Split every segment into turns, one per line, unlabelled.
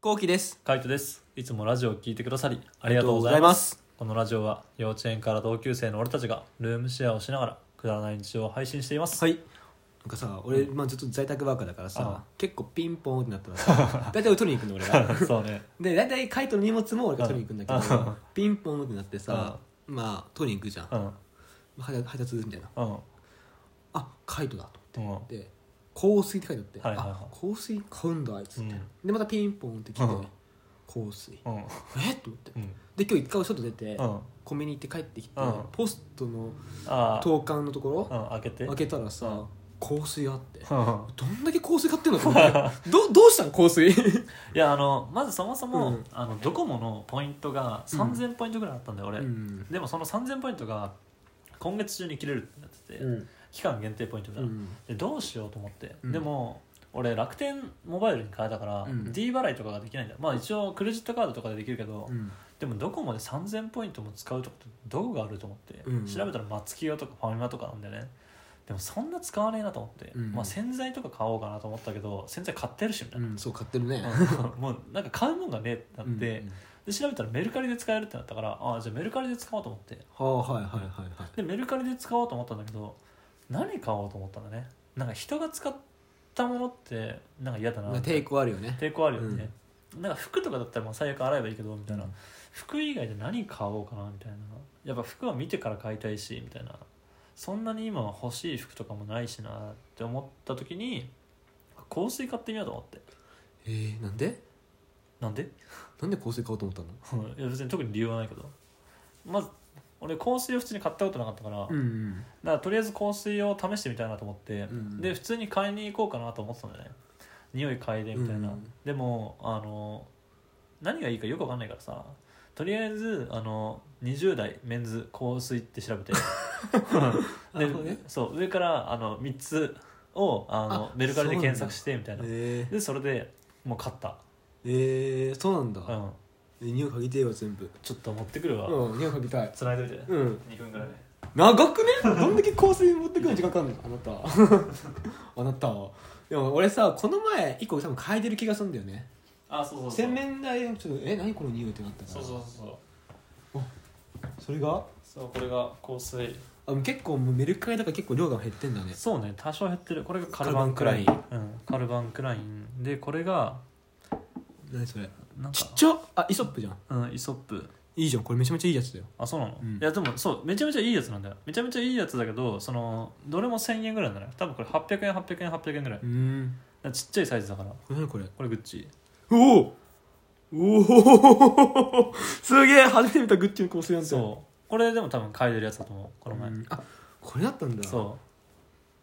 こうきです。
カイトです。いつもラジオを聞いてくださりあり
あ
がとうございます。
す。
このラジオは幼稚園から同級生の俺たちがルームシェアをしながらくだらない日常を配信してい ます。
はい。なんかさ、俺、まあ、ずっと在宅ワーカーだから
あ
さ
あ、
結構ピンポンってなったら さ、大体俺取りに行くの俺が。
そうね。
で、大体カイトの荷物も俺が取りに行くんだけ
あ
ど、ピンポンってなってさ、まあ、取りに行くじゃん。
う
配
ん。
達配達みたいな。
うん。
あ、カイトだと
うん。
思って。香水って書いてあって、
はいはいはい
あ香水買うんだあいつって、
うん
でまたピンポンって来て、
うん
香水
うん。
えっと思って
うん。
で今日一回外出て、
うん。
コンビニ行って帰ってきて、
うん
ポストの
ああ。
投函のところ、
うん。開けて。
開けたらさ香水があって
うん。
どんだけ香水買ってんのと思 ってどどうしたん香水
いや、あの、まずそもそ
う
も、
ん
あの、ドコモのポイントが3000ポイントぐらいあったんだよ、俺。
うん
でもその3000ポイントが今月中に切れるってなってて、
うん
期間限定ポイントみた
う
いな。
ん
でどうしようと思って、
うん
でも俺楽天モバイルに変えたから、
うん
D 払いとかができないんだよまあ一応クレジットカードとかでできるけど、
うん
でもドコモで3000ポイントも使うとかってどこがあると思って、
うん
調べたら松清とかファミマとかなんだよねでもそんな使わねえなと思って、
うん
まあ、洗剤とか買おうかなと思ったけど洗剤買ってるしみた
う
いな、
んそう買ってるね
うん もうなんか買うもんがねえってなって、
うん
で調べたらメルカリで使えるってなったからああじゃあメルカリで使おうと思って
はあはいはいはいはい
でメルカリで使おうと思ったんだけど何買おうと思ったんだねなんか人が使ったものってなんか嫌だな
まあ抵抗あるよね
抵抗あるよね、なんか服とかだったらまあ最悪洗えばいいけどみたいな、服以外で何買おうかなみたいなやっぱ服は見てから買いたいしみたいなそんなに今欲しい服とかもないしなって思った時に香水買ってみようと思って
えー、なんで
なんで
なんで香水買おうと思ったの
いや別に特に理由はないけどまず俺香水を普通に買ったことなかったから、
うん
だからとりあえず香水を試してみたいなと思って、
うん
で普通に買いに行こうかなと思ってたんだよね匂い嗅いでみたいな、
うん
でもあの何がいいかよく分かんないからさとりあえずあの20代メンズ香水って調 べて
な
で
るほどね
そう上からあの3つをあの
あ
メルカリで検索してみたいな
えー、
でそれでもう買った、
えー、そうなんだ、
うん、
え匂い嗅ぎてえわ全部
ちょっと持ってくるわ、
うん匂い嗅ぎたい
繋いでいて、
うん
2分ぐらいで
長くねどんだけ香水持ってくるの時間かかるのあ なたあなたでも俺さこの前一個多分嗅いでる気がするんだよね
あそうそうそう
洗面台でちょっとえ何この匂いってなったから
そうそうそう
それが
そうそうこれが香水
あ結構もうメルカリだから結構量が減ってんだね
そうね多少減ってるこれがカルバンクライン
カルバン
うん、カルバンクラインでこれが
何それ
なんか
ちっちゃあイソップじゃん
うん、イソップ
いいじゃんこれめちゃめちゃいいやつだよ
あそうなの、
うん
いやでもそうめちゃめちゃいいやつなんだよめちゃめちゃいいやつだけどそのどれも1000円ぐらいなのよ多分これ800円800円800円ぐらいだ
う
か
ーん
らちっちゃいサイズだから
これ何これ
これグッチ
おおおお すげえ初めて見たグッチの香水なんて
そうこれでも多分嗅いでるやつだと思うこの前、
うんあこれだったんだ
そ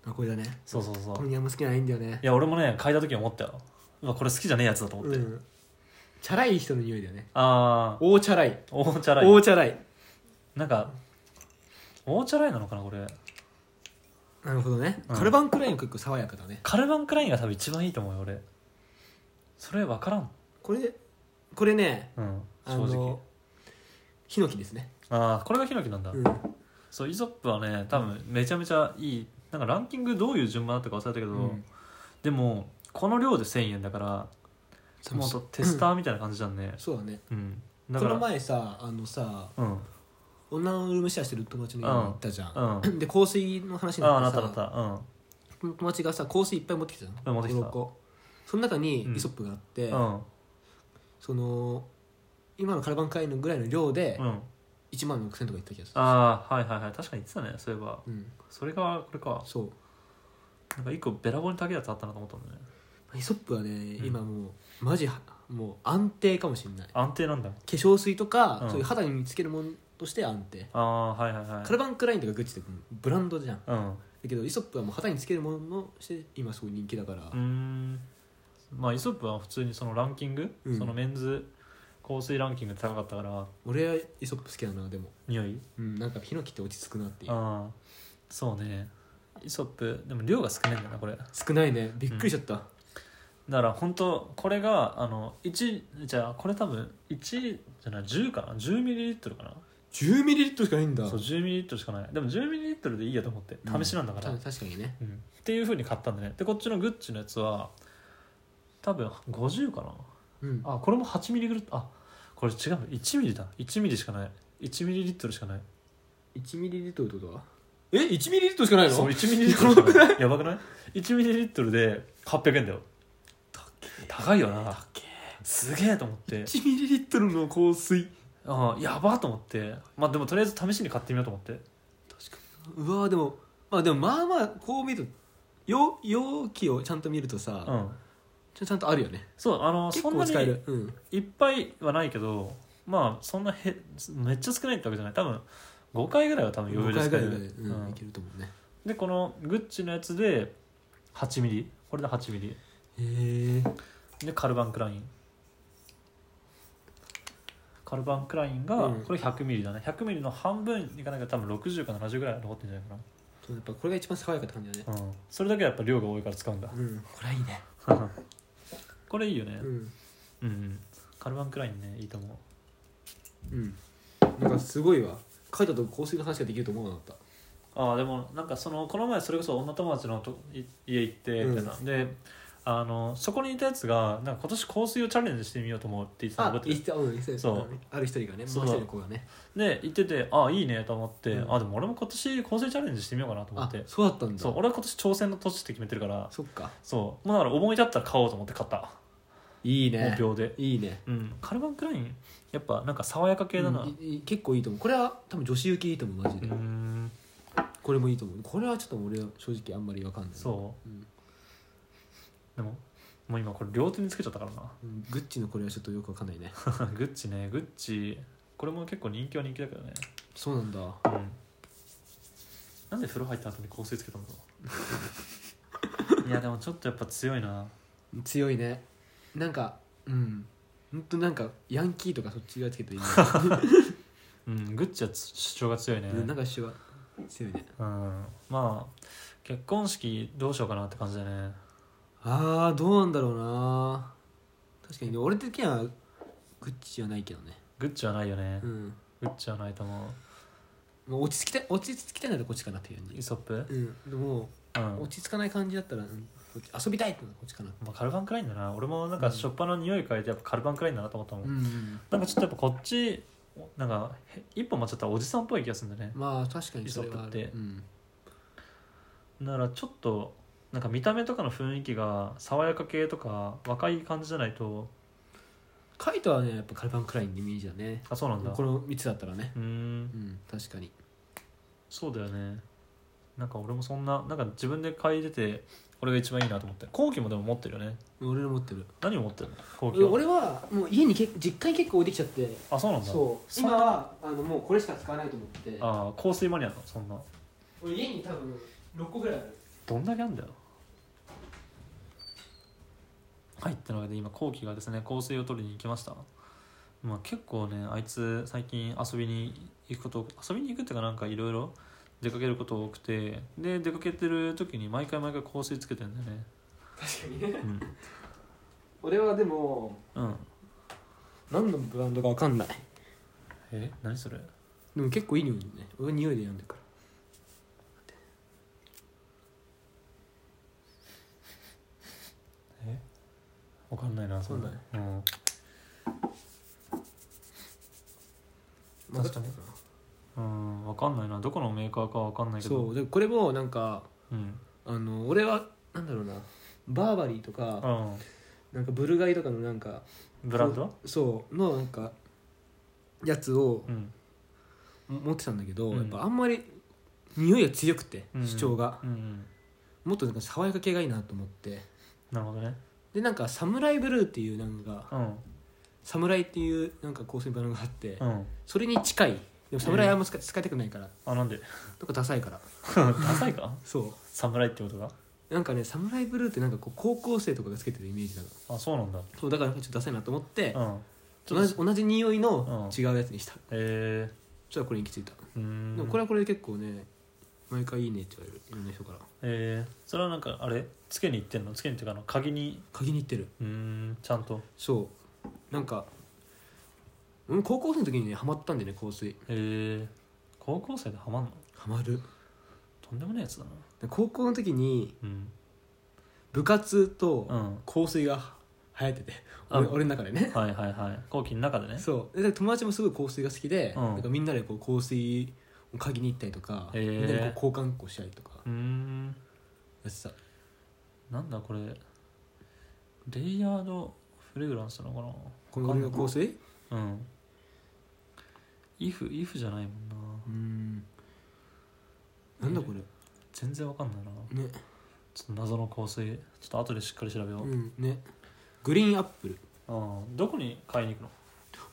う
あこれだね
そうそうそう
こ
そう
の
い
匂いあんま好きじゃないんだよね
や俺もね嗅いだ時思ったようわこれ好きじゃねえやつだと思っ
う
て、
んチャラい人の匂いだよね
ああ
大チャラい
大チャラい
大チャラい
なんか大チャラいなのかなこれ
なるほどね
うん
カルバンクラインは結構爽やかだね
カルバンクラインが多分一番いいと思うよ俺それ分からん
これこれね
うん
あ
正直
のヒノキですね、
ああこれがヒノキなんだ、
うん、
そうイソップはね多分めちゃめちゃいいなんかランキングどういう順番だったか忘れたけど、
うん
でもこの量で1000円だからもうとテスターみたいな感じじゃんね
そうだね
うん、だ
こ
から
の前さあのさ
うんうん
女のルームシェアしてる友達の家に行ったじゃん、
あ
で香水の話に
あ
な
な
っ
ってたなっ
さ
たうん
友達がさ香水いっぱい持ってきたじゃん
持ってきた
5 6個その中に
うん
イソップがあって、
うん
その今のカラバンカイのぐらいの量で
うん
1万6000とかいった気がする、
ああはいはいはい確かに言ってたねそういえば
うん、
それがこれか
そう
なんか一個べらぼうに高いやつあったなと思ったんだね
イソップはね
うん
今もうマジはもう安定かもしれない化
安定なんだ
粧水とか、
うん
そういう肌につけるものとして安定
ああはいはいはい
カルバンクラインとかグッチってブランドじゃん
うん
だけどイソップはもう肌につけるもののして今すごい人気だから
うーんまあイソップは普通にそのランキング、
うん
そのメンズ香水ランキング高かったから
俺はイソップ好きだなでも
匂い
うんなんかヒノキって落ち着くなっていう
ああそうねイソップでも量が少ないんだよなこれだ
少ないねびっくりしちゃった、
から本当これがあの1じゃあこれ多分1じゃない10かな10ミリリットルかな
10ミリリットルしかないんだ
そう10ミリリットルしかないでも10ミリリットルでいいやと思って試しなんだから、
た確かにね
うんっていうふうに買ったんだねでこっちのグッチのやつは多分50かな
うん
あこれも8ミリぐらいあこれ違う1ミリだ1ミリしかない1ミリリットルしかない
1ミリリットルってことはえ1ミリリットルしかないの
そう1ミリリットルしか ないやばくない1ミリリットルで800円だよ高いよなすげえと思って
1ミリリットルの香水
あやばと思ってまあでもとりあえず試しに買ってみようと思って
うわーでもまあでもまあまあこう見ると容容器をちゃんと見るとさ、
うん
ちゃちゃんとあるよね
そうあの
結
そんな
構使え
に
るうん
いっぱいはないけどまあそんなへめっちゃ少ないってわけじゃない多分5回ぐらいは多分余裕
5
で
回
す
ぐ
け
らい
ど、
で、うん
うん
いけると思うね
でこのグッチのやつで8ミリこれで8ミリ
へえ
でカルバンクラインカルバンクラインが
うん
これ100ミリだね100ミリの半分いかないから多分60か70ぐらい残ってるんじゃない
やっぱこれが一番爽やかって感じだね
かな、うん、それだけやっぱ量が多いから使 うんだ
うんこれはいいね
これいいよね
うん
うん、うん、カルバンクラインねいいと思う
うんなんかすごいわ書いたと香水の話ができると思わなかった
ああでもなんかそのこの前それこそ女友達のとい家行ってみたいな、であのそこにいたやつがなんか今年香水をチャレンジしてみようと思うって言ってたの
あ
覚え
い
てる
つうんいつ
そう
ある一人がねもう一
そう
人の子がね
で行っててああいいねと思って、
うん
あでも俺も今年香水チャレンジしてみようかなと思っ
あ
て
そうだったんだ
そう俺は今年挑戦の年って決めてるから
そっか
そうもうだから思い立ったら買おうと思って買った、
いいね
もう秒で
いいね
うんカルバンクラインやっぱなんか爽やか系だな
う
うん
いい結構いいと思うこれは多分女子行きいいと思うマジ
ー
で、
ん
これもいいと思うこれはちょっと俺は正直あんまりわかんない、
そう
ん
うでももう今これ両手につけちゃったからな
うんグッチのこれはちょっとよくわかんないね
グッチねグッチこれも結構人気は人気だけどね
そうなんだ
うんなんで風呂入った後に香水つけたんだ ろういやでもちょっとやっぱ強いな
強いねなんかうんほんとなんかヤンキーとかそっちがつけていいね、
うんグッチはつ主張が強いね
うんなんかしわ強いね
うんまあ結婚式どうしようかなって感じだね
あーどうなんだろうな確かにね俺的にはグッチじゃないけどね
グッチはないよね、
うん
グッチはないと思
もう落ち着きたい落ち着きたいならこっちかなっていう感
うイ
じ
ソップうん、
うんでも
ま
落ち着かない感じだったら、うんこっち遊びたいってならこっちかな
あ、カルバンクラインだな俺もなんか
うん
しょっぱな匂い嗅いでやっぱカルバンクラインだなと思ったもん、
うん
なんかちょっとやっぱこっちなんかへ一歩間違ったらおじさんっぽい気がするんだね
まあ確かにそれはある
イソップって
うん
ならちょっとなんか見た目とかの雰囲気が爽やか系とか若い感じじゃないと
カイトはねやっぱカルバンクラインのイメージだね
あそうなんだ
この3つだったらね
うーん
うん確かに
そうだよねなんか俺もそんななんか自分で嗅いでてこれが一番いいなと思って後期もでも持ってるよね
俺の持ってる
何を持ってるの後期は
俺はもう家にけ実家に結構置いてきちゃって
あそうなんだ
そう
そん
今
な
はあのもうこれしか使わないと思ってて
あー香水マニアなのそんな
俺家に多分6個ぐらいある
どんだけあんだよはいってなわけで今後期がですね香水を取りに行きましたまあ結構ねあいつ最近遊びに行くこと遊びに行くっていうかなんかいろいろ出かけること多くてで出かけてる時に毎回毎回香水つけてんだよね
確かにね
うん
俺はでも
うん
何のブランドか分かんない
え何それ
でも結構いい匂いだね俺匂いでやんでるから
わかんないなそんな
わか
うん確かにうんわかんないなどこのメーカーかわかんないけど
そうでこれもなんか
うん
あの俺はなんだろうなバーバリーとか
うん
なんかブルガリとかのなんか
ブランド
そうのなんかやつを
うん
持ってたんだけど、
うん
やっぱあんまり匂いが強くて、
うん
主張が
うんうん
もっとなんか爽やか系がいいなと思って
なるほどね
でなんか「サムライブルー」っていうなんか
うん
「サムライ」っていうなんか香水バラがあって、
うん
それに近いでも「サムライ」あんま使,、使いたくないから
あなんで
とかダサいから
ダサいか
そ
侍ってことか
うなんかね「サムライブルー」ってなんかこう高校生とかがつけてるイメージなの
あそうなんだ
そうだからなんかちょっとダサいなと思って、
うんちょ
同
っ
じ
と
同じ匂い
うん
の違うやつにした、
え
ちょっとこれに行き着いた、
ー、うーん
でもこれはこれで結構ね毎回いいねって言われるいろんな人から
えー、それはなんかあれつけに行ってんのつけにっていうかあの鍵に
鍵に行ってる
うーんちゃんと
そうなんかうん高校生の時にねハマったんでね香水
えー、高校生でハマんの
ハマる
とんでもないやつだな
で高校の時に
うん
部活と
うん
香水が流行ってて
あ
俺俺の中でね
はいはいはい後期の中でね
そうで友達もすごい香水が好きで、
うん
なんかみんなでこう香水を嗅ぎに行ったりとか、
へー
みんなでこう交換こうしたりとか
うーん
やってた
なんだこれレイヤードフレグランスなのかな
この俺の香水
うんイフイフじゃないもんな
うんなんだこれ
全然わかんないな
ね
ちょっと謎の香水ちょっと後でしっかり調べよう、
うんねグリーンアップル
うん、どこに買いに行くの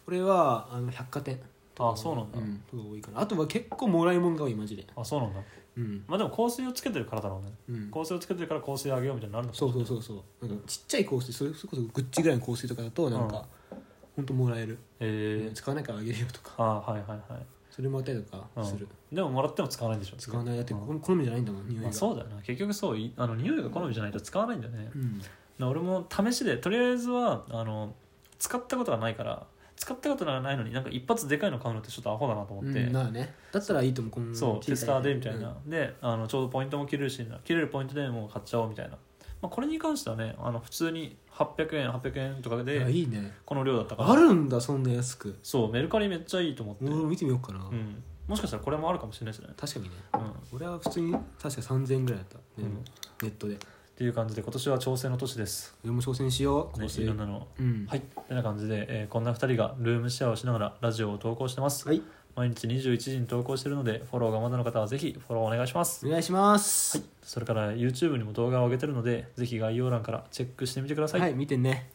これはあの百貨店
あそうなんだ、
うん、とか多いかなあとは結構もらいもんが多いマジで
あそうなんだ
うん
まあでも香水をつけてるからだろうね
うん
香水をつけてるから香水あげようみたいになるの
そうそうそうそうなんかちっちゃい香水それそれこそグッチぐらいの香水とかだとなんか、ほんともらえる、
へえ
使わないからあげるよとか
あはいはいは
それもらったりとかする、
いでももらっても使わないんでしょ
使わないだって
うん
好好みじゃないんだもん匂い
ま
が、
あ、そうだよな結局そういあの匂いが好みじゃないと使わないんだよね
うん
な俺も試しでとりあえずはあの使ったことがないから使ったことがないのになんか一発でかいの買うのってちょっとアホだなと思って、
うんなあねだったらいいと思うこの
そうテスターでみたい、
うん
な、であのちょうどポイントも切れるし切れるポイントでもう買っちゃおうみたいな、まあ、これに関してはねあの普通に800円800円とか
あ
で
いいね
この量だったから
あるんだそんな安く
そうメルカリめっちゃいいと思って、
俺も見てみようかな、
うん、もしかしたらこれもあるかもしれないですね、
確かにね
うんっ
俺は普通に確か3000円ぐらいだった、ね
う
ネ
ん
ットで
ていう感じで今年は調整の年です、
俺も挑戦しよう
ね
香、水、
いろんなの
うん
はいてな感じで、えーこんな2人がルームシェアをしながらラジオを投稿してます、
はい
毎日21時に投稿してるのでフォローがまだの方はぜひフォローお願いします、
お願いします
それから YouTube にも動画を上げてるのでぜひ概要欄からチェックしてみてくださ、
はいい、見てね